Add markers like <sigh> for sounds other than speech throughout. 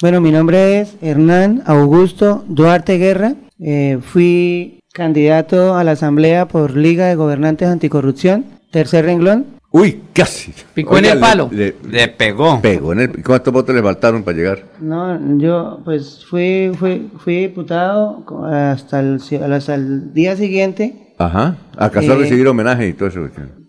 Bueno, mi nombre es Hernán Augusto Duarte Guerra. Eh, fui candidato a la Asamblea por Liga de Gobernantes Anticorrupción, tercer renglón. Uy, casi. Picó en el palo. Le, Le pegó. le pegó en el. ¿Cuántos votos le faltaron para llegar? No, yo pues fui, fui, fui diputado co- hasta el, si- hasta el día siguiente. Ajá. ¿Acaso Eh, recibir homenaje y todo eso?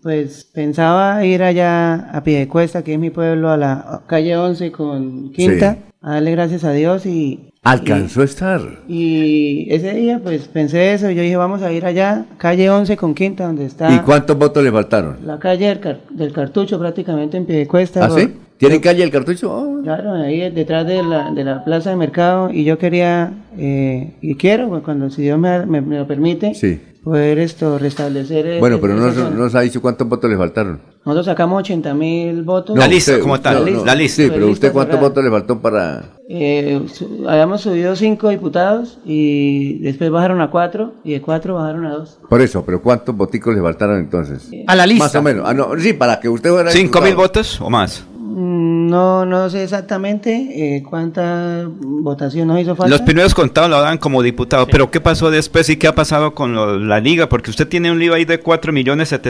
Pues pensaba ir allá a Piedecuesta, que es mi pueblo, a la calle 11 con Quinta, Sí. a darle gracias a Dios y... Alcanzó a estar. Y ese día pues pensé eso y yo dije vamos a ir allá, calle 11 con Quinta, donde está ¿Y cuántos votos le faltaron? la calle del, car- del cartucho prácticamente en Piedecuesta. ¿Ah, por- sí? ¿Tienen calle el cartucho? Oh. Claro, ahí es detrás de la, de la plaza de mercado y yo quería eh, y quiero, pues, cuando si Dios me, me- me lo permite, Sí. poder esto restablecer. eh, Bueno, pero esa no, zona. no nos ha dicho cuántos votos le faltaron. Nosotros sacamos 80 mil votos. La lista, ¿cómo está? La lista. Sí, La pero lista usted cuántos cerrada. votos le faltó para... Eh, su- habíamos subido cinco diputados y después bajaron a cuatro y de cuatro bajaron a dos. Por eso, pero cuántos voticos le faltaron entonces. A la lista. Más o menos. Ah, no, sí, para que usted fuera... ¿Cinco mil diputado. votos o más? Mm, No, no sé exactamente eh, cuánta votación nos hizo falta. Los primeros contados lo dan como diputado, pero ¿qué pasó después y qué ha pasado con lo- la liga? Porque usted tiene un lío ahí de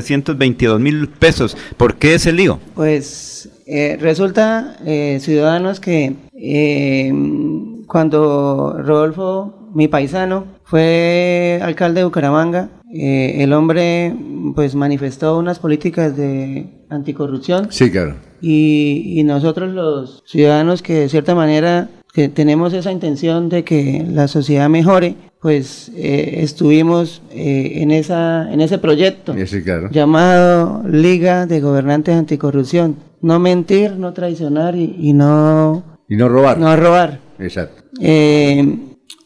4.722.000 pesos. ¿Por qué ese lío? Pues eh, resulta, eh, ciudadanos, que eh, cuando Rodolfo, mi paisano, fue alcalde de Bucaramanga, eh, el hombre pues manifestó unas políticas de anticorrupción Sí, claro. y, y nosotros los ciudadanos que de cierta manera que tenemos esa intención de que la sociedad mejore, pues eh, estuvimos eh, en, esa, en ese proyecto Sí, claro. llamado Liga de Gobernantes Anticorrupción. No mentir, no traicionar y, y no, Y no robar. no robar. Exacto. Eh,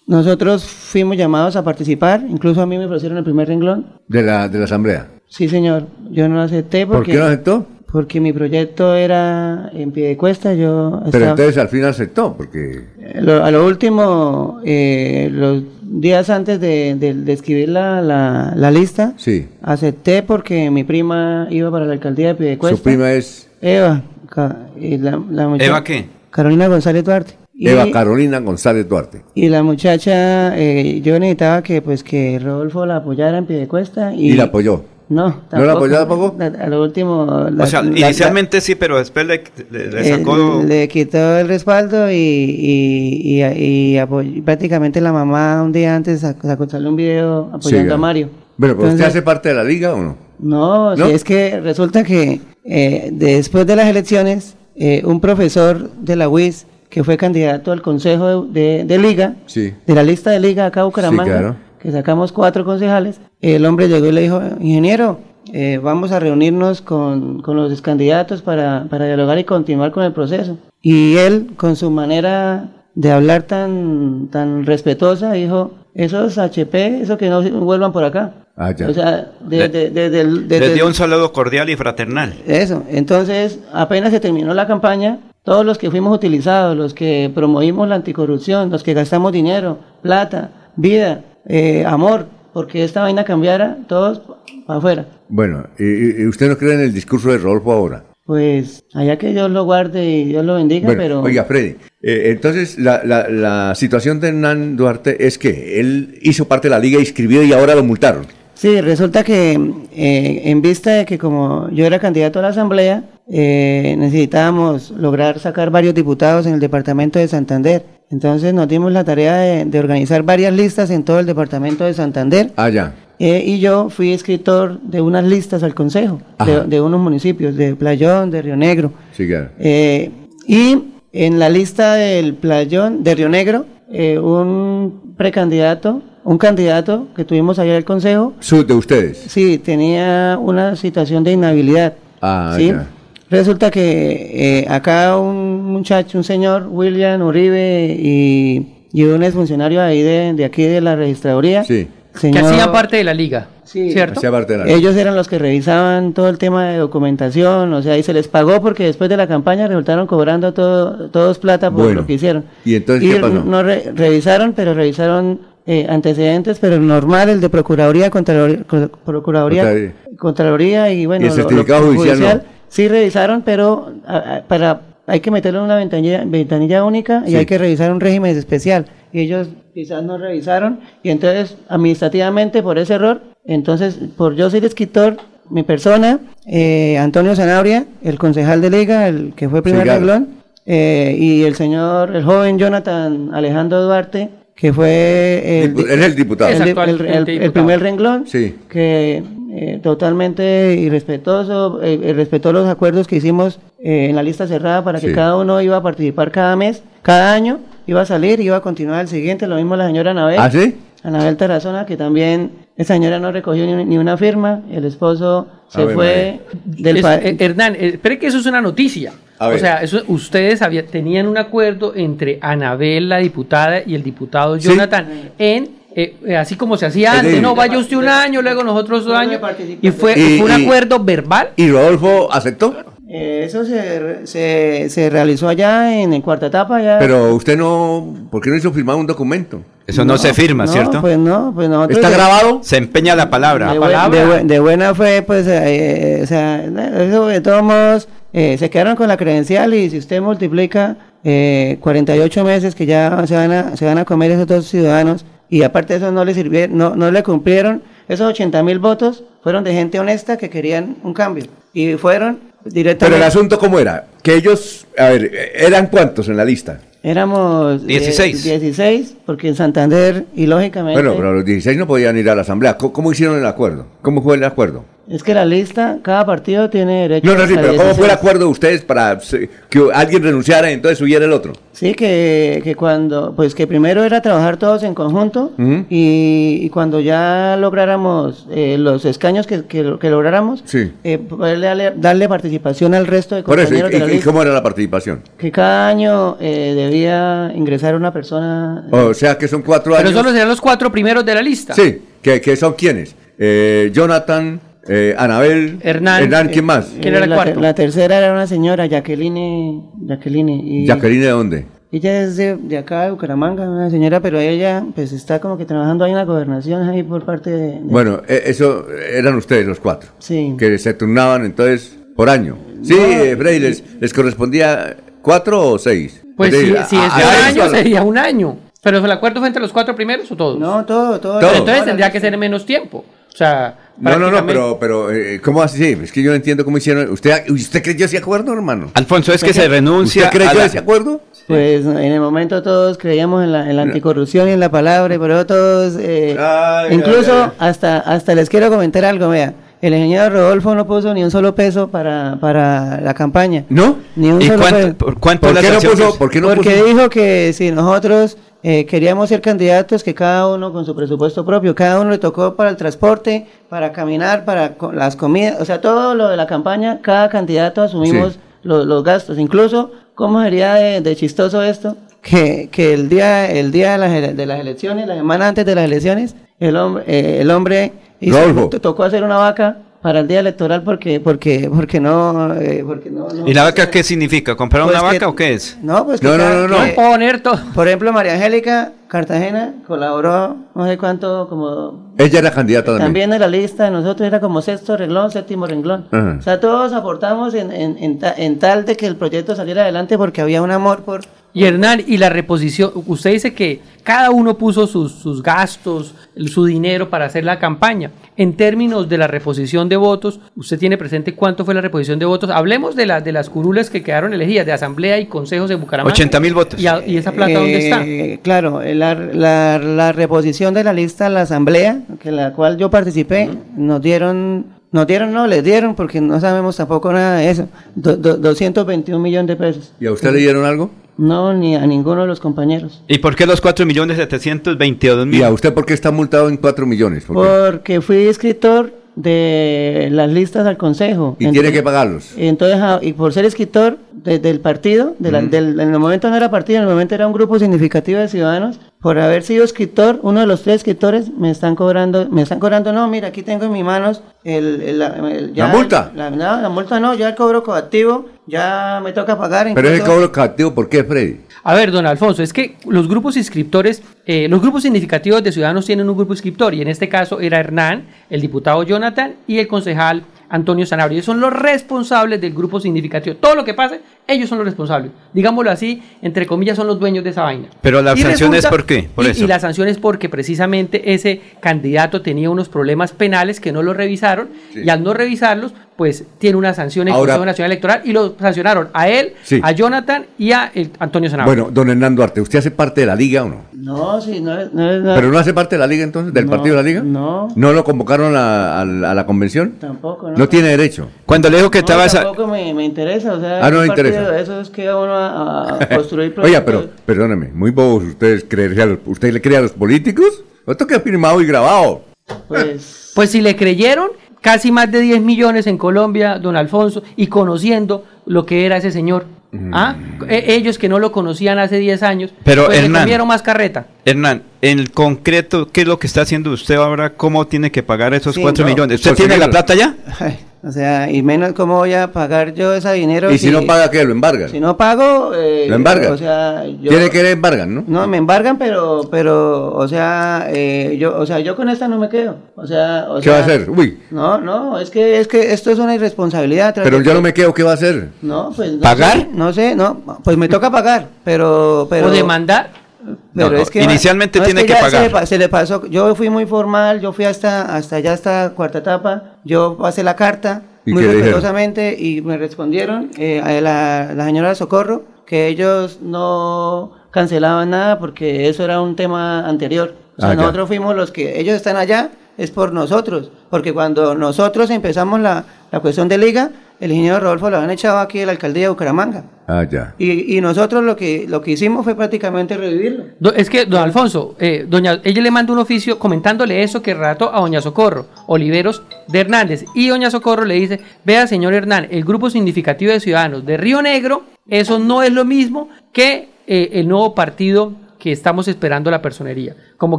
nosotros fuimos llamados a participar, incluso a mí me ofrecieron el primer renglón. De la, de la asamblea. Sí, señor, yo no lo acepté ¿Por porque, qué no aceptó? porque mi proyecto era en pie de cuesta. Yo Pero estaba- entonces al fin aceptó, porque... Eh, lo- a lo último, eh, los días antes de, de- de escribir la, la- la lista, Sí. acepté porque mi prima iba para la alcaldía de Piedecuesta. Su prima es Eva. ca- y la- la mucha- ¿Eva qué? Carolina González Duarte. Y, Eva Carolina González Duarte. y la muchacha, eh, yo necesitaba que pues que Rodolfo la apoyara en Piedecuesta. Y, Y, la apoyó. No, ¿No la apoyó tampoco? A, a lo último. la- o sea, la- inicialmente sí, pero después le, le- la- le sacó... eh, le quitó el respaldo y, y, y, y apoy- prácticamente la mamá un día antes sacó, sacó- salió un video apoyando Sí, claro. a Mario. Bueno, pero ¿usted Entonces- hace parte de la liga o no? No, si ¿No? es que resulta que eh, después de las elecciones, eh, un profesor de la UIS que fue candidato al consejo de, de- de liga, Sí. de la lista de liga acá a Bucaramanga, Sí, claro. que sacamos cuatro concejales, el hombre llegó y le dijo, ingeniero, eh, vamos a reunirnos con, con los candidatos para, para dialogar y continuar con el proceso. Y él, con su manera de hablar tan, tan respetuosa, dijo, esos HP, eso que no vuelvan por acá. Ah, ya. O sea, de- de- desde el- Les desde dio un el- saludo cordial y fraternal. eso. Entonces, apenas se terminó la campaña, todos los que fuimos utilizados, los que promovimos la anticorrupción, los que gastamos dinero, plata, vida, eh, amor, porque esta vaina cambiara, todos para afuera. Bueno, ¿y- ¿y, y usted no cree en el discurso de Rodolfo ahora? Pues, allá que Dios lo guarde y Dios lo bendiga, Bueno, pero... Oiga, Freddy, eh, entonces la, la- la situación de Hernán Duarte es que él hizo parte de la liga, inscribió y ahora lo multaron. Sí, resulta que eh, en vista de que como yo era candidato a la asamblea, eh, necesitábamos lograr sacar varios diputados en el departamento de Santander. Entonces nos dimos la tarea de, de organizar varias listas en todo el departamento de Santander. Ah, ya. Eh, y yo fui escritor de unas listas al consejo, Ajá. de, de unos municipios, de Playón, de Río Negro. Sí, claro. Eh, y en la lista del playón de Río Negro, eh, un precandidato, un candidato que tuvimos ayer al consejo, Su- de ustedes. Sí, tenía una situación de inhabilidad. Ah, ¿sí? ya. Resulta que eh, acá un muchacho, un señor, William Uribe, y, y un exfuncionario ahí de, de aquí de la registraduría. Sí. Que señor- hacían parte de la liga. Sí. ¿Cierto? Hacía parte de la liga. Ellos eran los que revisaban todo el tema de documentación, o sea, y se les pagó porque después de la campaña resultaron cobrando todo, todos plata por Bueno, lo que hicieron. ¿y entonces qué pasó? No re- revisaron, pero revisaron eh, antecedentes, pero normal, el de Procuraduría, Contraloría, Co- Procuraduría, Contraloría. Contraloría y bueno, ¿Y el certificado judicial no? sí revisaron, pero ah, ah, para hay que meterlo en una ventanilla, ventanilla única y Sí. hay que revisar un régimen especial. Y ellos quizás no revisaron y entonces administrativamente por ese error, entonces por yo ser escritor, mi persona, eh, Antonio Zanabria, el concejal de liga, el que fue primer claro. renglón, eh, y el señor, el joven Jonathan Alejandro Duarte, que fue el, Dipu- él es el diputado. el, Exacto. el- el- el Diputado. primer renglón, Sí. que eh, totalmente irrespetuoso, eh, eh, respetó los acuerdos que hicimos eh, en la lista cerrada para que Sí. cada uno iba a participar cada mes, cada año, iba a salir, iba a continuar el siguiente, lo mismo la señora Anabel. ¿Ah, sí? Anabel Tarazona, que también esa señora no recogió ni, ni una firma, el esposo se Ave fue del Es- eh, país. Hernán, eh, espere que eso es una noticia. A O ver. sea, eso- ustedes había- tenían un acuerdo entre Anabel, la diputada, y el diputado Sí. Jonathan en... eh, eh, así como se hacía Es antes, decir, no vaya usted un año, luego nosotros dos Acuerdo de años. Y participación. fue, Y- fue un y- acuerdo verbal. ¿Y Rodolfo aceptó? eh, eso se, re- se, se realizó allá en, en cuarta etapa. Ya. Pero usted no, ¿por qué no hizo firmar un documento? Eso no, se firma, No, ¿cierto? Pues no, pues nosotros ¿Está ya- grabado? Se empeña la palabra. De, La buen- palabra. de buen- de buena fe, pues, eh, eh, o sea, na- eso de todos modos, eh, se quedaron con la credencial y si usted multiplica eh, 48 meses que ya se van a, se van a comer esos dos ciudadanos y aparte de eso no le sirvieron, no, no le cumplieron, esos 80 mil votos fueron de gente honesta que querían un cambio y fueron Pero el directamente. asunto, ¿cómo era? Que ellos, a ver, ¿eran cuántos en la lista? Éramos eh, 16. 16, porque en Santander y lógicamente... Bueno, pero los 16 no podían ir a la asamblea. ¿Cómo, cómo hicieron el acuerdo? ¿Cómo fue el acuerdo? Es que la lista, cada partido tiene derecho No, no, sí, a pero ¿cómo fue 16. el acuerdo de ustedes para se- que alguien renunciara y entonces hubiera el otro? Sí, que, que cuando, pues que primero era trabajar todos en conjunto Ujú. y, y cuando ya lográramos eh, los escaños que, que, que lográramos, Sí. eh, poderle darle, darle participación al resto de Por eso, ¿y, compañeros de la y- y lista, cómo era la participación? que cada año eh, debía ingresar una persona. eh, O sea, que son cuatro Pero años. solo serían los cuatro primeros de la lista. Sí, que, que son quiénes? Eh, Jonathan, eh, Anabel, Hernán, ¿quién más? ¿Quién era el la, cuarto? te- la tercera era una señora, Jacqueline, Jacqueline, y Jacqueline, ¿de dónde? ella es de, de acá de Bucaramanga, una señora, pero ella pues está como que trabajando ahí en la gobernación ahí por parte de, de- Bueno, e- eso eran ustedes los cuatro. sí. que se turnaban entonces por año. Sí, eh, Freddy, les, les correspondía cuatro o seis. Pues Es si, decir, si a- es a- por a- año, a- sería un año. Pero el acuerdo fue entre los cuatro primeros o todos. No, todo, todo. Todo. todo. Entonces tendría que ser menos tiempo. O sea, No, no, no, prácticamente- pero, pero eh, ¿cómo así? Sí, Es que yo no entiendo cómo hicieron. ¿Usted, usted creyó ese acuerdo, hermano? Alfonso, es que se renuncia. ¿Usted creyó a la- ese acuerdo? Pues en el momento todos creíamos en la, en la anticorrupción y en la palabra, pero todos, eh, Ay, incluso ay, ay. hasta hasta les quiero comentar algo, vea, el ingeniero Rodolfo no puso ni un solo peso para, para la campaña. ¿No? Ni un ¿Y solo cuánto, peso. por cuánto ¿Por las qué no acciones? puso? ¿Por qué no Porque puso? dijo que si nosotros eh, queríamos ser candidatos, que cada uno con su presupuesto propio, cada uno le tocó para el transporte, para caminar, para co- las comidas, o sea, todo lo de la campaña, cada candidato asumimos Sí. lo- los gastos. Incluso, ¿cómo sería de, de chistoso esto? Que, que el día, el día de, las, ele- de las elecciones, la semana antes de las elecciones, el hombre, eh, el hombre Rodolfo. to- tocó hacer una vaca para el día electoral porque, porque, porque no, eh, porque no, no. ¿Y la vaca qué significa? ¿Comprar Pues una que- vaca o qué es? No, pues que No, no, cada- no, no. que- poner todo. por ejemplo, María Angélica Cartagena colaboró, no sé cuánto, como Ella era candidata también. también en la lista de nosotros era como sexto renglón, séptimo renglón. Ajá. O sea, todos aportamos en, en- en ta- en tal de que el proyecto saliera adelante porque había un amor por... Y Hernán, y la reposición, usted dice que cada uno puso sus, sus gastos, el- su dinero para hacer la campaña. En términos de la reposición de votos, usted tiene presente cuánto fue la reposición de votos. Hablemos de, la, de las curules que quedaron elegidas, de asamblea y consejos de Bucaramanga. 80 mil votos. ¿Y, a- y esa plata dónde está? está? Claro, eh, la, la- la reposición de la lista a la asamblea, que la cual yo participé, nos dieron, nos dieron, no, les dieron, porque no sabemos tampoco nada de eso, do- do- 221 millones de pesos. ¿Y a usted le dieron algo? No, ni a ninguno de los compañeros. ¿Y por qué los 4 millones 722 ¿Y mil? a usted por qué está multado en cuatro millones? ¿Por qué? Porque fui escritor de las listas al consejo. Y tiene que pagarlos. Entonces, ah, y por ser escritor de- del partido, de la- del, en el momento no era partido, en el momento era un grupo significativo de ciudadanos, por haber sido escritor, uno de los tres escritores, me están cobrando, me están cobrando, no, mira, aquí tengo en mis manos el, el- la, el- ¿La multa? La, no, la multa no, ya el cobro coactivo, ya me toca pagar. Pero ese incluso- cobro cautivo, ¿por qué, Freddy? A ver, don Alfonso, es que los grupos inscriptores, eh, los grupos significativos de Ciudadanos tienen un grupo inscriptor y en este caso era Hernán, el diputado Jonathan y el concejal Antonio Sanabria. Ellos son los responsables del grupo significativo. Todo lo que pase, ellos son los responsables. Digámoslo así, entre comillas, son los dueños de esa vaina. Pero la Y sanción es resulta- por qué, por y- eso. Y la sanción es porque precisamente ese candidato tenía unos problemas penales que no lo revisaron Sí. y al no revisarlos, pues tiene una sanción en el Ahora- Consejo Nacional Electoral y lo sancionaron a él, Sí. a Jonathan y a el- Antonio Sanabria. Bueno, don Hernando Duarte, ¿usted hace parte de la liga o no? No, sí, no es, no es nada. ¿Pero no hace parte de la liga entonces, del Ah. No, partido de la liga? no. ¿No lo convocaron a, a la a la convención? Tampoco, ¿no? No tiene derecho. Cuando le dijo que No, estaba... sa- tampoco me, me interesa, o sea, Ah, no un le partido interesa. de Eso es que uno a, <laughs> a construir proyectos. Oiga, pero perdóneme, muy bobos ustedes creerse a los, ¿usted le cree a los políticos? Esto que ha firmado y grabado. Pues, Pues si le creyeron, casi más de 10 millones en Colombia, don Alfonso, y conociendo lo que era ese señor. ¿ah? E- ellos que no lo conocían hace 10 años, Mm. Pero, pues le Hernán- comieron más carreta. Hernán, en el concreto, ¿qué es lo que está haciendo usted ahora? ¿Cómo tiene que pagar esos Sí, cuatro no, millones? ¿Usted porque tiene la mira- plata ya? ay, o sea, y menos cómo voy a pagar yo ese dinero. y si no paga, ¿qué? Lo embargan. Si no pago... eh, Lo embargan. O sea, yo... Tiene que le embargan, ¿no? No, me embargan, pero, pero, o sea, eh, yo, o sea, yo con esta no me quedo. O sea, o ¿Qué sea, va a hacer? Uy, No, no, es que, es que esto es una irresponsabilidad. tras pero de yo que- no me quedo, ¿qué va a hacer? No, pues. no ¿Pagar? sé, No sé, no, pues me toca pagar, pero. pero o demandar. pero No, no, es que inicialmente tiene que ya pagar. Se le, pa- se le pasó, yo fui muy formal, yo fui hasta hasta allá, hasta cuarta etapa, yo pasé la carta ¿Y muy qué dijeron? respetuosamente y me respondieron eh, a la, la señora Socorro que ellos no cancelaban nada porque eso era un tema anterior. O sea, Ah, ya. nosotros fuimos los que ellos están allá es por nosotros, porque cuando nosotros empezamos la, la cuestión de liga, el ingeniero Rodolfo lo han echado aquí de la alcaldía de Bucaramanga. Ah, ya. Y, y nosotros lo que lo que hicimos fue prácticamente revivirlo. Do- es que, don Alfonso, eh, doña, ella le manda un oficio comentándole eso que rato a doña Socorro, Oliveros de Hernández. Y doña Socorro le dice, vea, señor Hernán, el grupo significativo de ciudadanos de Río Negro, eso no es lo mismo que eh, el nuevo partido que estamos esperando la personería. Como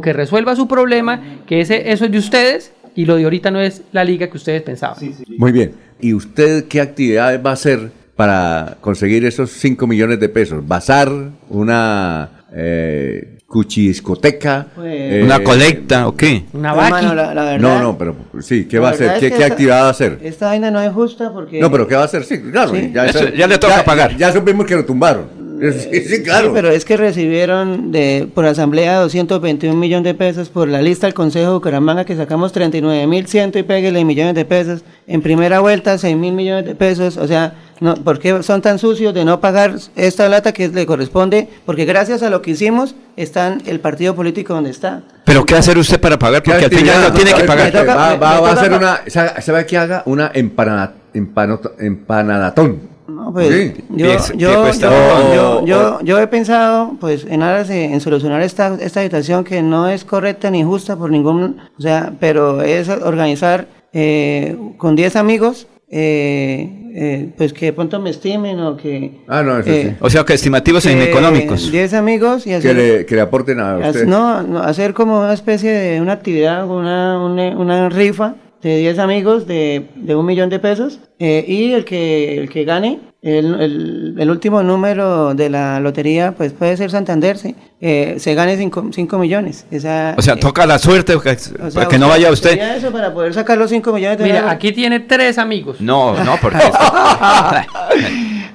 que resuelva su problema, que ese, eso es de ustedes y lo de ahorita no es la liga que ustedes pensaban. Muy bien. ¿Y usted qué actividades va a hacer para conseguir esos 5 millones de pesos? ¿Bazar? ¿Una eh, cuchidiscoteca? Pues- Eh, ¿Una colecta o qué? Una Pero, vaqui. hermano, la- la verdad- No, no, pero sí, ¿qué la va a hacer? verdad es ¿Qué, que qué esta- actividad va a hacer? Esta vaina no es justa porque... No, pero ¿qué va a hacer? Sí, claro. Sí. Eso, ya le toca pagar. Ya supimos que lo tumbaron. <laughs> Sí, sí, claro. Sí, pero es que recibieron de, por asamblea 221 millones de pesos, por la lista del Consejo de Bucaramanga que sacamos 39 mil ciento y péguele millones de pesos, en primera vuelta 6 mil millones de pesos, o sea, no, ¿por qué son tan sucios de no pagar esta plata que le corresponde? Porque gracias a lo que hicimos, están el partido político donde está. ¿Pero qué hacer usted para pagar? Porque al final lo tiene que me pagar. toca- Va, me- va- me va a toca hacer pa- una. sa- ¿Sabe qué haga? Una empanada, empano- empanadatón. No, pues Sí. yo, Pies- pie yo, yo, cuesta. yo, Oh, yo- yo he pensado pues en aras de- en solucionar esta, esta situación que no es correcta ni justa por ningún, o sea, pero es organizar eh, con 10 amigos, eh, eh, pues que de pronto me estimen o que... Ah, no, eso eh, O sea, que estimativos en que económicos. 10 amigos y sí. Que hacer... le, que le aporten a As- usted. No, no, hacer como una especie de una actividad, una, una, una rifa de 10 amigos de, de un millón de pesos eh, y el que, el que gane el, el- el último número de la lotería, pues puede ser Santander, sí, eh, se gane 5 millones. Esa, O sea, eh, toca la suerte que- o sea, para que no vaya usted. sería eso para poder sacar los 5 millones de Mira, una- aquí tiene tres amigos. No, no, <laughs> porque...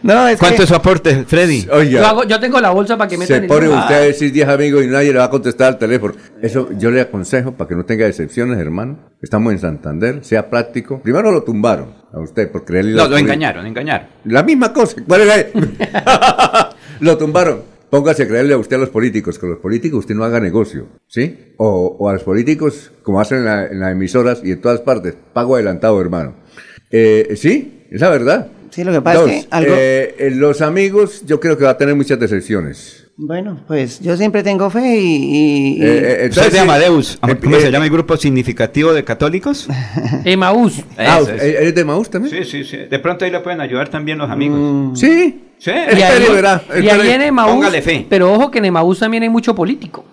No, es ¿Cuánto que- es su aporte, Freddy? Oiga, Yo, hago- yo tengo la bolsa para que metan se el- pone usted a decir 10 amigos y nadie le va a contestar al teléfono. Eso yo le aconsejo para que no tenga decepciones, hermano. Estamos en Santander, sea práctico. Primero lo tumbaron a usted por creerle la No, lo autoridad. engañaron, engañaron. La misma cosa. ¿Cuál era? <laughs> lo tumbaron. Póngase a creerle a usted a los políticos. Con los políticos usted no haga negocio, ¿sí? O, o a los políticos, como hacen en, la- en las emisoras y en todas partes. Pago adelantado, hermano. Eh, sí, es la verdad. Sí, lo que pasa Dos, es que algo- eh, eh, los amigos, yo creo que va a tener muchas decepciones. Bueno, pues yo siempre tengo fe y... y- y- Eh, eh, Usted es de sí, Amadeus. eh, ¿Cómo se eh, llama el grupo significativo de católicos? Emaús. ah, Eso, eso. ¿eh, ¿Eres de Maús también? Sí, sí, sí. De pronto ahí le pueden ayudar también los amigos. Sí. Sí. Y Espere, ahí, verá, Mm. Este <laughs> y ahí espere. en Emaús, Póngale fe. pero ojo que en Emaús también hay mucho político.